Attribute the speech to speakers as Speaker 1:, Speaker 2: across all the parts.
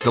Speaker 1: The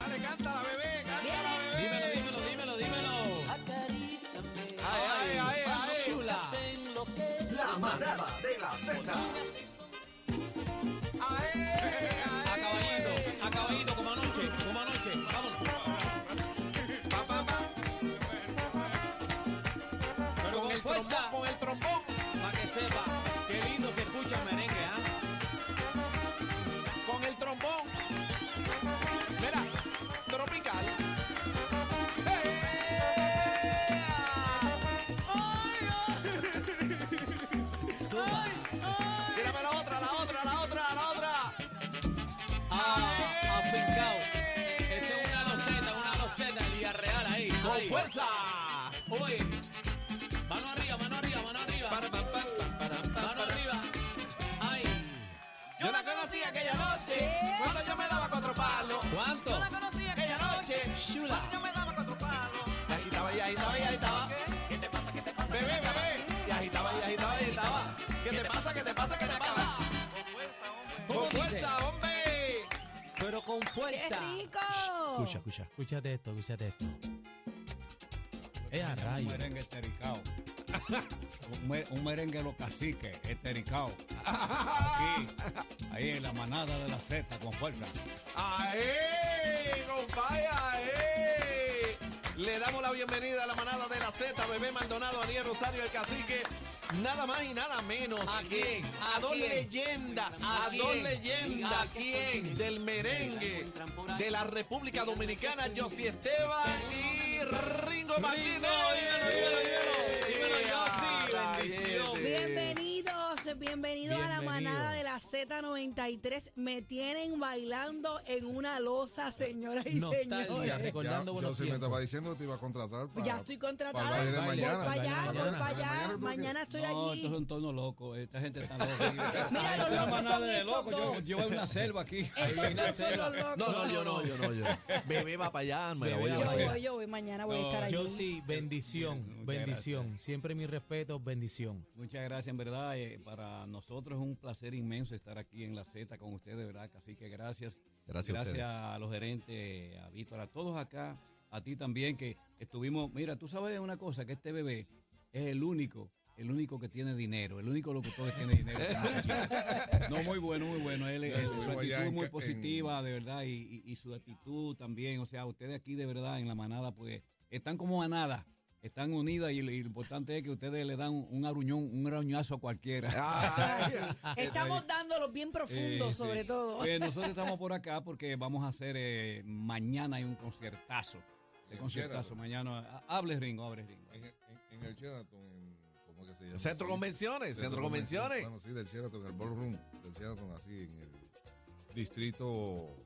Speaker 2: Dale, cántala, bebé, cántala,
Speaker 3: Dímelo,
Speaker 2: bebé.
Speaker 3: dímelo, dímelo, dímelo.
Speaker 2: Ay, ay, ay, ay.
Speaker 3: Chula.
Speaker 4: La manada de la Z.
Speaker 3: A caballito, a caballito, como anoche, como anoche. Vámonos.
Speaker 2: Pa, pa, pa.
Speaker 3: Pero con
Speaker 2: Con el
Speaker 3: fuerza,
Speaker 2: trombón, con el trombón.
Speaker 3: para que sepa qué lindo se escucha el merengue, ¿ah?
Speaker 2: Con el trombón. Mira, tropical. ¡Ea!
Speaker 3: Suba.
Speaker 2: Tírame la otra, la otra, la otra, la otra.
Speaker 3: Ah, afincao. Esa es una loseta, una loseta del Villarreal ahí.
Speaker 2: Con
Speaker 3: ahí.
Speaker 2: fuerza.
Speaker 3: Oye, mano arriba, mano arriba, mano arriba.
Speaker 2: Para, para, para, para, para, para.
Speaker 3: Mano arriba. Ay,
Speaker 2: Yo la conocí aquella noche. Cuando yo me daba cuatro palos.
Speaker 3: ¿cuánto?
Speaker 2: Aquella noche.
Speaker 3: Chula.
Speaker 2: Y agitaba, y agitaba, y agitaba. ¿Qué te pasa, qué te pasa? Bebé, bebé. Y agitaba, y agitaba, y agitaba. ¿Qué te pasa, qué te pasa, qué te pasa?
Speaker 3: ¿Cómo
Speaker 2: Con
Speaker 3: dice?
Speaker 2: fuerza, hombre.
Speaker 3: Pero con fuerza.
Speaker 5: rico!
Speaker 3: Escucha, escucha, escúchate esto, escúchate esto. Es a
Speaker 6: Un
Speaker 3: rayo.
Speaker 6: merengue estericao. un, mer- un merengue de los caciques estericao. Aquí, ahí en la manada de la Z con fuerza.
Speaker 2: ¡Ae! ¡Compadre, ae! Le damos la bienvenida a la manada de la Z, bebé Maldonado, Aniel Rosario, el cacique. Nada más y nada menos.
Speaker 3: ¿A quién?
Speaker 2: A
Speaker 3: ¿A
Speaker 2: dos
Speaker 3: quién?
Speaker 2: leyendas.
Speaker 3: ¿A
Speaker 2: A, dos
Speaker 3: quién?
Speaker 2: leyendas.
Speaker 3: ¿A quién?
Speaker 2: Del merengue. De la República Dominicana, Josie Esteban y Ringo Martínez.
Speaker 3: dímelo, dímelo, dímelo, Josie,
Speaker 2: Ah,
Speaker 3: bendición.
Speaker 2: yeah, yeah.
Speaker 5: Bienvenidos, bienvenidos a la manada de la Z93. Me tienen bailando en una losa, señoras y
Speaker 3: Nostalgia,
Speaker 5: señores.
Speaker 3: recordando
Speaker 7: Ya,
Speaker 3: buenos
Speaker 7: yo si me
Speaker 3: tiempos.
Speaker 7: estaba diciendo que te iba a contratar para,
Speaker 5: Pues Ya estoy
Speaker 7: para
Speaker 5: contratada.
Speaker 7: el baile de
Speaker 5: Voy
Speaker 7: mañana.
Speaker 5: para allá,
Speaker 7: Mañana,
Speaker 5: voy para
Speaker 7: mañana
Speaker 5: allá.
Speaker 7: tú
Speaker 5: Mañana estoy
Speaker 6: no, esto es
Speaker 5: allí.
Speaker 6: un tono loco. Esta gente está loca.
Speaker 5: Mira, los
Speaker 6: Esta
Speaker 5: locos
Speaker 6: manada
Speaker 5: son
Speaker 6: de
Speaker 5: estos
Speaker 6: locos. Yo,
Speaker 5: dos. Eh.
Speaker 6: yo veo una selva aquí.
Speaker 5: Estos dos son los locos.
Speaker 2: No, no, yo no, yo no, yo. no. Bebé va para allá, me la voy a
Speaker 5: Yo
Speaker 2: llevar.
Speaker 5: voy, yo voy. Mañana voy a estar allí.
Speaker 3: Yo sí, bendición, bendición. Siempre mi respeto, bendición.
Speaker 6: Muchas gracias, en verdad. eh, para nosotros es un placer inmenso estar aquí en la Z con ustedes, de verdad. Así que gracias.
Speaker 8: Gracias a ustedes.
Speaker 6: a los gerentes, a Víctor, a todos acá, a ti también, que estuvimos. Mira, tú sabes una cosa: que este bebé es el único. El único que tiene dinero, el único locutor que tiene dinero. este No, muy bueno, muy bueno. Él, él- su
Speaker 7: Estuvimos allá
Speaker 6: actitud
Speaker 7: en
Speaker 6: muy
Speaker 7: ca-
Speaker 6: positiva, de verdad, y, y- y su actitud también. O sea, ustedes aquí, de verdad, en la manada, pues están como manada, están unidas, y, lo y lo importante es que ustedes le dan un, un aruñón, un aruñazo a cualquiera.
Speaker 2: Ah, sí.
Speaker 5: Estamos dándolos bien profundos,
Speaker 6: Eh,
Speaker 5: sobre
Speaker 6: sí.
Speaker 5: todo.
Speaker 6: Pues nosotros estamos por acá porque vamos a hacer eh, mañana hay un conciertazo. Ese
Speaker 7: En
Speaker 6: conciertazo
Speaker 7: Sheraton.
Speaker 6: mañana. ah, Hable Ringo, hable Ringo.
Speaker 7: En, en- en el Sheraton, en, ¿cómo que se llama?
Speaker 2: Centro
Speaker 7: Sí,
Speaker 2: Convenciones, Centro Convenciones.
Speaker 7: Bueno, sí, del Sheraton, el ballroom del Sheraton, así en el distrito.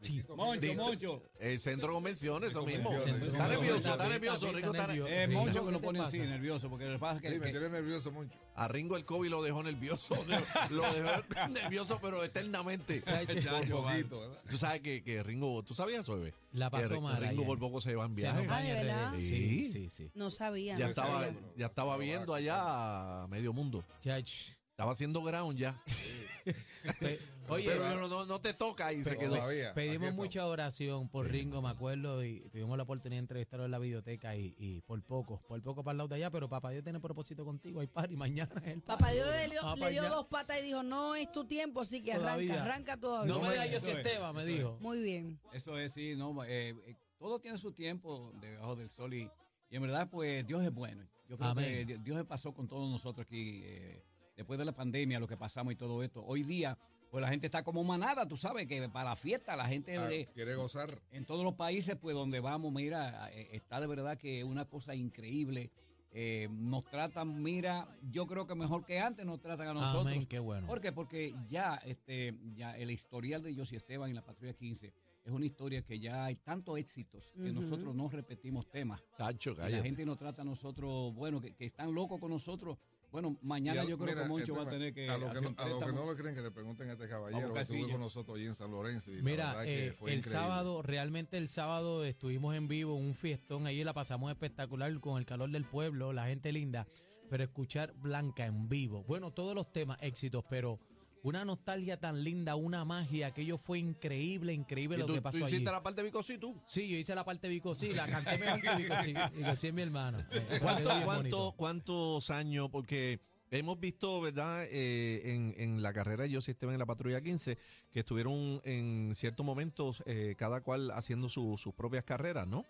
Speaker 3: Sí.
Speaker 7: distrito
Speaker 6: Moncho,
Speaker 7: Fíjate.
Speaker 6: Moncho.
Speaker 2: El Eh, centro convenciones, eso mismo.
Speaker 7: Convenciones.
Speaker 2: Está
Speaker 7: Centro
Speaker 2: nervioso, está
Speaker 3: Convenciones.
Speaker 2: nervioso, Ringo está nervioso.
Speaker 6: Eh,
Speaker 3: Ringo,
Speaker 6: Moncho
Speaker 3: ¿qué
Speaker 6: que lo
Speaker 3: te
Speaker 6: pone así
Speaker 3: pasa?
Speaker 6: nervioso porque lo que pasa es que,
Speaker 7: Sí, me
Speaker 6: que-
Speaker 7: tiene nervioso, Moncho.
Speaker 2: A Ringo el COVID lo dejó nervioso, lo dejó nervioso, pero eternamente.
Speaker 7: Por
Speaker 6: yo,
Speaker 7: poquito, ¿verdad?
Speaker 2: Tú sabes que, que Ringo, ¿tú sabías eso, bebé?
Speaker 3: La pasó
Speaker 2: Que Ri-
Speaker 3: mal
Speaker 2: Ringo
Speaker 3: ayer.
Speaker 2: por poco se va en
Speaker 3: Se nos
Speaker 2: viaje.
Speaker 5: Ah,
Speaker 3: baña en
Speaker 5: ¿de verdad?
Speaker 3: redes.
Speaker 2: Sí.
Speaker 3: sí, sí.
Speaker 5: No sabía.
Speaker 2: Ya
Speaker 7: Sí,
Speaker 2: estaba,
Speaker 7: sí, bueno,
Speaker 2: ya estaba
Speaker 7: se lo
Speaker 2: viendo
Speaker 7: va a
Speaker 2: allá a medio mundo.
Speaker 3: Chach.
Speaker 2: Estaba haciendo ground ya.
Speaker 3: Pe- Oye,
Speaker 2: pero no, no- no te toca y se quedó.
Speaker 7: Todavía, aquí
Speaker 3: Pedimos
Speaker 7: estamos.
Speaker 3: mucha oración por Ringo, me acuerdo, y tuvimos la oportunidad de entrevistarlo en la biblioteca y, y por poco, por poco para el lado de allá, pero papá Dios tiene propósito contigo, hay par y mañana es el
Speaker 5: Papá
Speaker 3: party.
Speaker 5: Dios le dio,
Speaker 3: Vamos
Speaker 5: le dio
Speaker 3: allá.
Speaker 5: dos patas y dijo, no es tu tiempo, así que arranca,
Speaker 3: Todavía.
Speaker 5: arranca todavía.
Speaker 3: No me da yo si
Speaker 6: Eso es,
Speaker 3: Esteban, me dijo.
Speaker 5: Muy bien.
Speaker 6: Eso es, sí, no, eh, eh, todo tiene su tiempo debajo del sol y, y en verdad, pues Dios es bueno. Yo creo
Speaker 3: Amén.
Speaker 6: que Di- Dios se pasó con todos nosotros aquí, eh, después de la pandemia, lo que pasamos y todo esto. Hoy día, pues la gente está como manada, tú sabes, que para la fiesta la gente...
Speaker 7: Ah,
Speaker 6: de-
Speaker 7: Quiere gozar.
Speaker 6: en todos los países, pues donde vamos, mira, eh, está de verdad que una cosa increíble. Eh, nos tratan, mira, yo creo que mejor que antes nos tratan a nosotros.
Speaker 3: Amén, qué bueno.
Speaker 6: ¿Por qué? Porque ya, este, ya el historial de Yossi Esteban en la Patrulla 15 es una historia que ya hay tantos éxitos que nosotros no repetimos temas.
Speaker 2: Tacho,
Speaker 6: Y la
Speaker 2: cállate.
Speaker 6: gente nos trata a nosotros, bueno, que, que están locos con nosotros. Bueno, mañana
Speaker 7: Y a-
Speaker 6: yo creo
Speaker 7: mira,
Speaker 6: que Moncho
Speaker 7: este
Speaker 6: va a
Speaker 7: pa-
Speaker 6: tener que.
Speaker 7: A los que,
Speaker 6: hacer
Speaker 7: no,
Speaker 6: un
Speaker 7: a lo que
Speaker 6: préstamo.
Speaker 7: no le creen que le pregunten a este caballero
Speaker 6: Vamos,
Speaker 7: que estuvo
Speaker 6: Casilla.
Speaker 7: con nosotros allí en San Lorenzo. Y la
Speaker 3: Mira,
Speaker 7: verdad que
Speaker 3: eh,
Speaker 7: fue
Speaker 3: el
Speaker 7: increíble.
Speaker 3: sábado, realmente el sábado estuvimos en vivo, un fiestón, allí la pasamos espectacular con el calor del pueblo, la gente linda, pero escuchar Blanca en vivo, bueno, todos los temas éxitos, pero una nostalgia tan linda, una magia, aquello fue increíble, increíble
Speaker 2: Y
Speaker 3: lo
Speaker 2: tú,
Speaker 3: que
Speaker 2: tú
Speaker 3: pasó
Speaker 2: hiciste
Speaker 3: allí.
Speaker 2: la parte de Vico, sí, tú.
Speaker 3: Sí, yo hice la parte de Vicosí, la canté mejor que Vicosí, y así es mi hermano. Eh,
Speaker 2: ¿Cuánto-
Speaker 3: quedó bien
Speaker 2: cuánto-
Speaker 3: bonito.
Speaker 2: ¿Cuántos años? Porque hemos visto, ¿verdad? Eh, en, en la carrera de Josie Esteban en la Patrulla 15, que estuvieron en ciertos momentos eh, cada cual haciendo su- sus propias carreras, ¿no?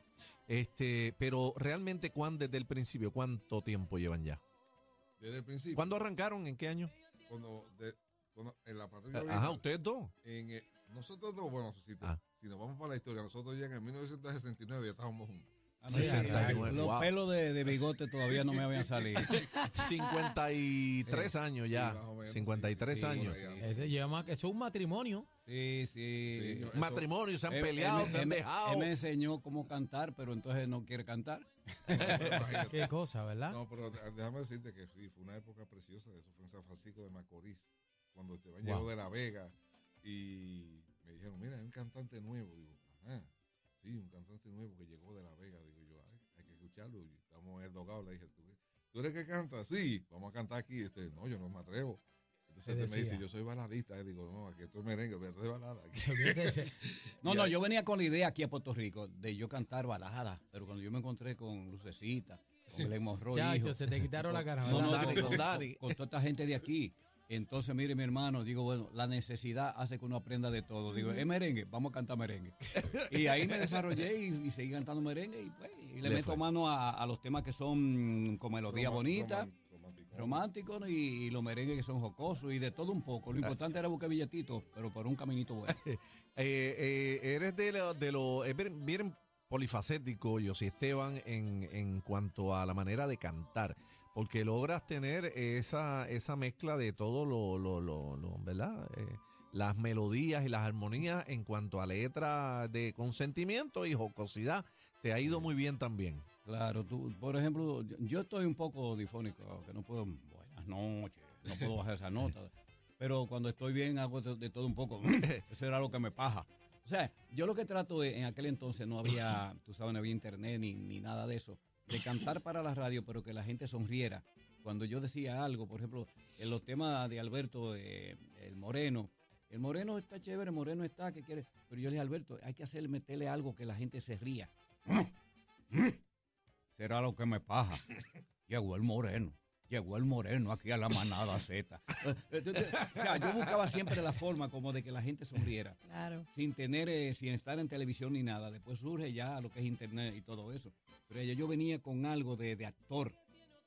Speaker 2: Este, pero realmente, ¿cuán desde el principio? ¿Cuánto tiempo llevan ya?
Speaker 7: Desde el principio.
Speaker 2: ¿Cuándo arrancaron? ¿En qué año?
Speaker 7: Cuando, de- cuando en la patrulla
Speaker 2: Ah, Ajá,
Speaker 7: oriental,
Speaker 2: ustedes dos.
Speaker 7: en el- nosotros dos, bueno, si, te-
Speaker 2: Ah.
Speaker 7: si nos vamos para la historia, nosotros ya en el 1969 ya estábamos juntos.
Speaker 6: Ah, mira,
Speaker 2: 69,
Speaker 6: Los
Speaker 2: wow.
Speaker 6: pelos de, de bigote todavía no me habían salido.
Speaker 2: 53 años ya.
Speaker 7: Sí, más o menos, sí,
Speaker 2: 53
Speaker 7: sí,
Speaker 2: años.
Speaker 7: por allá.
Speaker 3: Ese lleva- eso es un matrimonio.
Speaker 6: Sí, sí.
Speaker 7: Sí, yo- eso-
Speaker 2: Matrimonio, se han
Speaker 6: Él-
Speaker 2: peleado,
Speaker 6: él-
Speaker 2: se han
Speaker 6: él-
Speaker 2: dejado.
Speaker 6: Él me enseñó cómo cantar, pero entonces no quiere cantar.
Speaker 7: imagínate.
Speaker 3: Qué cosa, ¿verdad?
Speaker 7: No, pero de- déjame decirte que sí, fue una época preciosa. Eso fue en San Francisco de Macorís, cuando Esteban
Speaker 3: Wow.
Speaker 7: llegó de La Vega y me dijeron, mira, hay un cantante nuevo. Digo, ajá, sí, un cantante nuevo que llegó de La Vega. Digo yo, "Ay, hay que escucharlo. Y estamos en el dogado. Le dije, ¿Tú, tú eres que canta? Sí, vamos a cantar aquí. Este, no, yo no me atrevo. Entonces
Speaker 3: Te
Speaker 7: este me dice,
Speaker 3: decía.
Speaker 7: yo soy baladista. Y digo, no, aquí esto es merengue, pero esto es balada.
Speaker 6: No,
Speaker 7: Y
Speaker 6: no,
Speaker 7: ahí-
Speaker 6: yo venía con la idea aquí a Puerto Rico de yo cantar baladas, pero cuando yo me encontré con Lucecita, con Glen Monroe, hijo,
Speaker 3: Chacho, se te quitaron la cara.
Speaker 6: no, no,
Speaker 3: ¿verdad?
Speaker 2: Dari,
Speaker 6: con, con-
Speaker 2: Dari.
Speaker 6: con toda esta gente de aquí. Entonces, mire, mi hermano, digo, bueno, la necesidad hace que uno aprenda de todo. Digo, es merengue, vamos a cantar merengue. Y ahí me desarrollé y, y seguí cantando merengue y, pues, y le
Speaker 2: Le
Speaker 6: meto
Speaker 2: fue.
Speaker 6: mano a, a los temas que son con melodía
Speaker 7: Roma-
Speaker 6: bonita,
Speaker 7: roman- romántico.
Speaker 6: románticos y, y los merengues que son jocosos y de todo un poco. Lo importante era buscar billetitos, pero por un caminito bueno.
Speaker 2: Eh, eh, eres de los de lo, es bien, bien polifacético, José Esteban, en, en cuanto a la manera de cantar, porque logras tener esa, esa mezcla de todo lo, lo, lo- lo, ¿verdad? Eh, las melodías y las armonías en cuanto a letra de consentimiento y jocosidad, te ha ido muy bien también.
Speaker 6: Claro, tú, por ejemplo, yo- yo estoy un poco difónico, que no puedo, buenas noches, no puedo bajar esa nota, pero cuando estoy bien hago de, de todo un poco, eso era lo que me paja. O sea, yo lo que trato es, en aquel entonces no había, tú sabes, no había internet ni, ni nada de eso, de cantar para la radio, pero que la gente sonriera. Cuando yo decía algo, por ejemplo, en los temas de Alberto, eh, el Moreno, el Moreno está chévere, el Moreno está, que quiere, pero yo le dije, Alberto, hay que hacer, meterle algo que la gente se ría será lo que me paja. Llegó el moreno. Llegó el moreno aquí a la manada Z. Eh, o sea, yo buscaba siempre la forma como de que la gente sonriera,
Speaker 5: Claro.
Speaker 6: sin tener, eh, sin estar en televisión ni nada. Después surge ya lo que es internet y todo eso. Pero ya yo venía con algo de, de actor,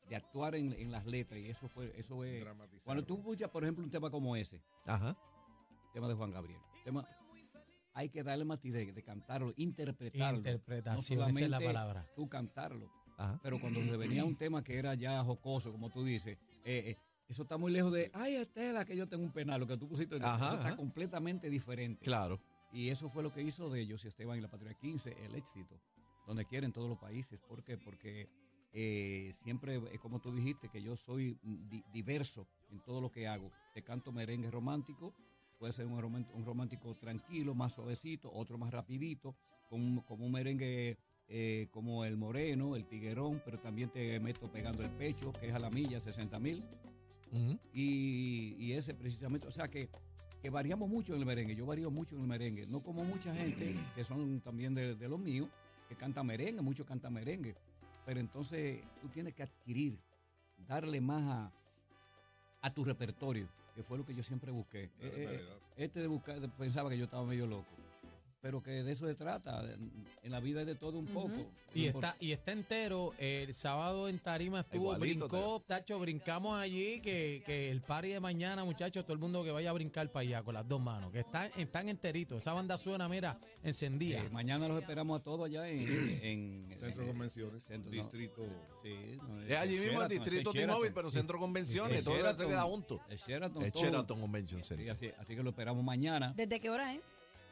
Speaker 6: de actuar en, en las letras y eso fue, eso es.
Speaker 7: Dramatizar.
Speaker 6: Cuando tú escuchas, por ejemplo, un tema como ese,
Speaker 2: Ajá.
Speaker 6: tema de Juan Gabriel, tema, hay que darle matiz de, de cantarlo, interpretarlo.
Speaker 3: Interpretación,
Speaker 6: No
Speaker 3: esa es la
Speaker 6: solamente
Speaker 3: palabra.
Speaker 6: Tú cantarlo.
Speaker 2: Ajá.
Speaker 6: Pero cuando se venía un tema que era ya jocoso, como tú dices, eh, eh, eso está muy lejos de, ay, Estela, que yo tengo un penal, lo que tú pusiste,
Speaker 2: Ajá,
Speaker 6: eso
Speaker 2: ajá.
Speaker 6: está completamente diferente.
Speaker 2: Claro.
Speaker 6: Y eso fue lo que hizo de José Esteban y la Patria 15 el éxito, donde quieren todos los países. ¿Por qué? Porque eh, siempre, eh, como tú dijiste, que yo soy mm, di- diverso en todo lo que hago. Te canto merengue romántico, puede ser un, roman- un romántico tranquilo, más suavecito, otro más rapidito, como, un- como un merengue eh, como el moreno, el tiguerón, pero también te meto pegando el pecho, que es a la milla, 60 mil
Speaker 2: Ujú.
Speaker 6: y, y ese precisamente, o sea que, que variamos mucho en el merengue, yo varío mucho en el merengue, no como mucha gente que son también de, de los míos, que canta merengue, muchos cantan merengue, pero entonces tú tienes que adquirir, darle más a, a tu repertorio, que fue lo que yo siempre busqué.
Speaker 7: Dale,
Speaker 6: Eh, eh,
Speaker 7: dale, dale.
Speaker 6: este de buscar, de- pensaba que yo estaba medio loco. Pero que de eso se trata, en en la vida es de todo un poco.
Speaker 3: Y
Speaker 6: Lo
Speaker 3: está, y está entero. El sábado en Tarima estuvo,
Speaker 2: Igualito,
Speaker 3: brincó, Tacho, brincamos allí. Que, que el party de mañana, muchachos, todo el mundo que vaya a brincar para allá con las dos manos. Que están, están enteritos. Esa banda suena, mira, encendida.
Speaker 6: Eh, mañana los esperamos a todos allá en, en-
Speaker 7: Centro de
Speaker 6: en-
Speaker 7: Convenciones,
Speaker 6: Centro, no.
Speaker 7: distrito.
Speaker 6: Sí, no,
Speaker 2: Es allí mismo el
Speaker 6: Sheraton,
Speaker 2: distrito
Speaker 6: es Sheraton.
Speaker 2: T-Mobile, pero centro de convenciones,
Speaker 6: Es
Speaker 2: todo eso se
Speaker 6: Sheraton,
Speaker 2: queda junto.
Speaker 6: es Sheraton,
Speaker 2: El
Speaker 6: todo.
Speaker 2: Sheraton Convention
Speaker 6: Sí,
Speaker 2: Center.
Speaker 6: así, así que lo esperamos mañana.
Speaker 5: ¿Desde qué hora es?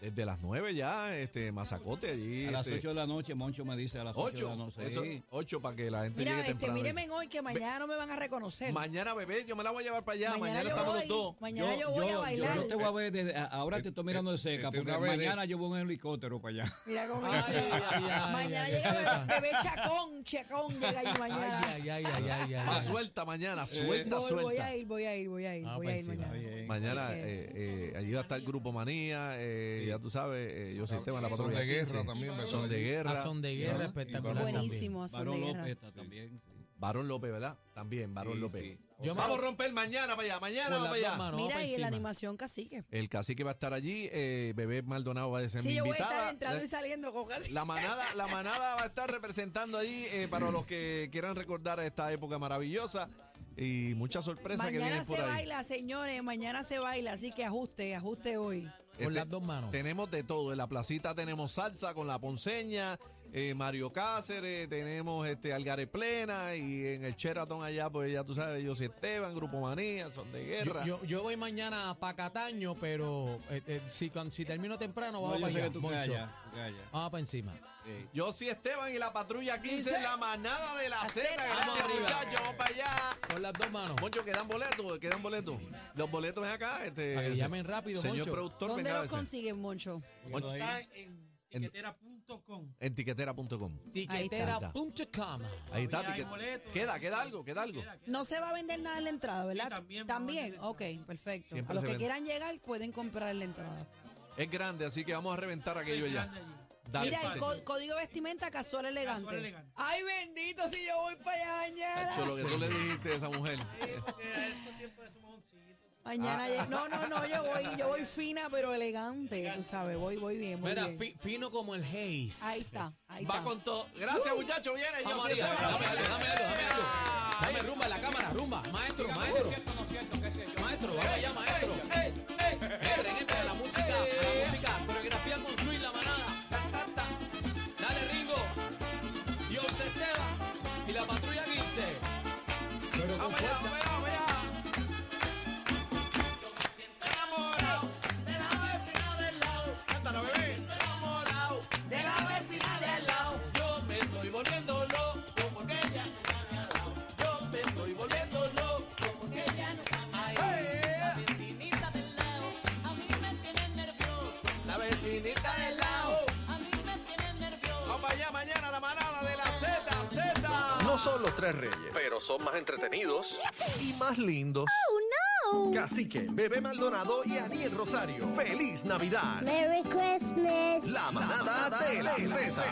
Speaker 2: Desde las 9 ya, este, Mazacote allí.
Speaker 6: A las
Speaker 2: este,
Speaker 6: 8 de la noche, Moncho me dice a las 8 de la
Speaker 2: Ocho,
Speaker 6: noche.
Speaker 2: eso,
Speaker 6: Sí.
Speaker 2: ocho para que la gente
Speaker 5: Mira,
Speaker 2: llegue
Speaker 5: este,
Speaker 2: temprano.
Speaker 5: míreme hoy que mañana no me van a reconocer.
Speaker 2: Mañana, bebé, yo me la voy a llevar para allá.
Speaker 5: Mañana
Speaker 2: Mañana,
Speaker 5: yo
Speaker 2: estamos
Speaker 5: voy.
Speaker 2: los dos.
Speaker 5: Mañana yo voy a bailar.
Speaker 6: yo te voy a ver desde- a- ahora te estoy mirando de cerca,
Speaker 7: este,
Speaker 6: porque
Speaker 7: una vez de-
Speaker 6: mañana yo voy en helicóptero para allá.
Speaker 5: Mira cómo
Speaker 3: Ay,
Speaker 5: dice.
Speaker 3: ay, ay, ay,
Speaker 5: mañana
Speaker 3: ay,
Speaker 5: llega
Speaker 3: ay,
Speaker 5: bebé,
Speaker 3: ay.
Speaker 5: bebé Chacón, Chacón llega ahí mañana.
Speaker 3: Ay, ay, ay, ay, ay, ay.
Speaker 2: Más suelta mañana, suelta,
Speaker 5: voy, voy
Speaker 2: suelta.
Speaker 5: a ir, voy a ir, voy a ir,
Speaker 3: Ah,
Speaker 5: voy a
Speaker 3: pues
Speaker 5: ir
Speaker 3: Eh, sí,
Speaker 5: mañana.
Speaker 6: está bien.
Speaker 2: Mañana
Speaker 5: Así que-
Speaker 2: eh, eh, allí va a estar el Grupo Manía, eh, ya tú sabes, eh, yo sistema la
Speaker 7: Son
Speaker 2: patrulla.
Speaker 7: de guerra
Speaker 2: 15,
Speaker 7: también. me
Speaker 2: Son
Speaker 7: sale
Speaker 2: de
Speaker 7: allí.
Speaker 2: guerra.
Speaker 3: Ah, son de guerra,
Speaker 7: Ajá.
Speaker 3: espectacular
Speaker 7: Y varón-
Speaker 3: también.
Speaker 5: Buenísimo, son de
Speaker 6: Barón
Speaker 5: guerra.
Speaker 6: López está también. sí.
Speaker 2: Varón López, ¿verdad? También, Varón
Speaker 6: Sí,
Speaker 2: López.
Speaker 6: sí.
Speaker 3: Yo me
Speaker 2: Vamos a
Speaker 3: voy
Speaker 2: romper mañana para allá, mañana
Speaker 3: con
Speaker 2: para
Speaker 3: las dos
Speaker 2: allá.
Speaker 3: manos. vamos
Speaker 5: Mira, y
Speaker 3: pa'
Speaker 5: en la
Speaker 3: encima.
Speaker 5: animación cacique.
Speaker 2: El cacique va a estar allí, eh, Bebé Maldonado va a ser
Speaker 5: Sí,
Speaker 2: mi
Speaker 5: yo voy a
Speaker 2: invitada.
Speaker 5: estar entrando
Speaker 2: Eh,
Speaker 5: y saliendo con cacique.
Speaker 2: La manada, la manada va a estar representando allí eh, para los que quieran recordar esta época maravillosa y muchas sorpresas que
Speaker 5: Mañana
Speaker 2: vienen por
Speaker 5: se
Speaker 2: ahí.
Speaker 5: baila, señores, mañana se baila, así que ajuste, ajuste hoy.
Speaker 3: Con
Speaker 2: Este,
Speaker 3: las dos manos.
Speaker 2: Tenemos de todo. En la placita tenemos salsa con la ponceña, eh, Mario Cáceres, tenemos este Algaré Plena y en el Sheraton allá, pues ya tú sabes, José Esteban, Grupo Manía, son de guerra.
Speaker 3: Yo, yo, yo voy mañana para Cataño, pero eh, eh, si, cuan- si termino temprano,
Speaker 6: No,
Speaker 3: vamos
Speaker 6: yo sé
Speaker 3: para
Speaker 6: que
Speaker 3: allá.
Speaker 6: tú
Speaker 3: Moncho.
Speaker 6: caes allá, tú caes allá.
Speaker 3: Vamos para encima.
Speaker 6: Sí.
Speaker 2: José Esteban y la patrulla 15,
Speaker 5: Quince.
Speaker 2: la manada de la
Speaker 5: La
Speaker 2: Z.
Speaker 5: Zeta.
Speaker 3: Vamos
Speaker 2: Gracias,
Speaker 3: arriba.
Speaker 2: muchachos, vamos para allá.
Speaker 3: Con las dos manos.
Speaker 2: Moncho, quedan boletos, quedan boletos. Los boletos ven acá. Este,
Speaker 3: Para que llamen rápido,
Speaker 2: Señor
Speaker 3: Moncho.
Speaker 2: productor,
Speaker 5: ¿Dónde
Speaker 2: venga a
Speaker 5: los
Speaker 2: veces.
Speaker 5: consiguen, Moncho?
Speaker 2: Moncho,
Speaker 6: Ahí.
Speaker 9: en tiquetera.com.
Speaker 2: En tiquetera.com.
Speaker 3: Tiquetera.com.
Speaker 2: Ahí está.
Speaker 9: Todavía hay
Speaker 2: tiquet-
Speaker 9: boletos.
Speaker 2: Queda, queda algo, queda algo.
Speaker 5: No se va a vender nada en la entrada, ¿verdad?
Speaker 9: también vamos a
Speaker 5: También,
Speaker 9: vender la
Speaker 5: ok, perfecto.
Speaker 2: Siempre
Speaker 5: a los
Speaker 2: se
Speaker 5: que
Speaker 2: vende.
Speaker 5: quieran llegar pueden comprar la entrada.
Speaker 2: Es grande, así que vamos a reventar aquello
Speaker 9: Soy
Speaker 2: ya.
Speaker 9: grande allí.
Speaker 2: Dale,
Speaker 5: Mira,
Speaker 2: sí,
Speaker 5: el
Speaker 2: señor.
Speaker 5: co- código de vestimenta casual elegante.
Speaker 9: Casual elegante.
Speaker 5: Ay, bendito, si yo voy para allá
Speaker 2: Tacho,
Speaker 5: mañana.
Speaker 2: lo que tú le dijiste a esa mujer.
Speaker 9: Sí, porque a estos tiempos de sumoncito.
Speaker 2: Ah.
Speaker 5: Mañana lle- No, no, no, yo voy, yo voy fina, pero elegante, tú sabes, voy, voy bien, muy
Speaker 3: Mira,
Speaker 5: bien.
Speaker 3: fi- fino como el Hayes.
Speaker 5: Ahí está, ahí
Speaker 2: Va
Speaker 5: está.
Speaker 2: con todo.
Speaker 5: Uh.
Speaker 2: Gracias, muchachos. Viene, yo
Speaker 3: Vamos
Speaker 2: sé.
Speaker 3: arriba, dame algo, dame algo, dame algo. Dame rumba en la cámara, rumba. Maestro, maestro. Maestro, vamos allá, maestro. Entren, entren a la música, a la música. Coreografía con Sui, la manada. Tan, tan, tan. Dale, Ringo. Dios Esteban y la patrulla 15. Pero con
Speaker 2: Vamos allá,
Speaker 3: fuerza.
Speaker 2: vamos allá, vamos allá.
Speaker 4: Enamorado de la vecina del lado.
Speaker 2: Cántalo, bebé.
Speaker 4: Enamorado de la vecina del lado. Yo me estoy volviendo loco porque ella no está al lado. Yo me estoy volviendo loco porque ella no está a mi lado. La vecinita del lado a mí me tiene nervioso.
Speaker 2: La vecinita del lado.
Speaker 4: A mí me tiene nervioso.
Speaker 2: Vamos allá, mañana, la manada de la Z, Z.
Speaker 10: No son los tres reyes, pero son más entretenidos y más lindos. ¡Oh, no! Cacique, Bebé Maldonado y Aniel Rosario. ¡Feliz Navidad!
Speaker 11: Merry Christmas.
Speaker 10: La manada de la Z.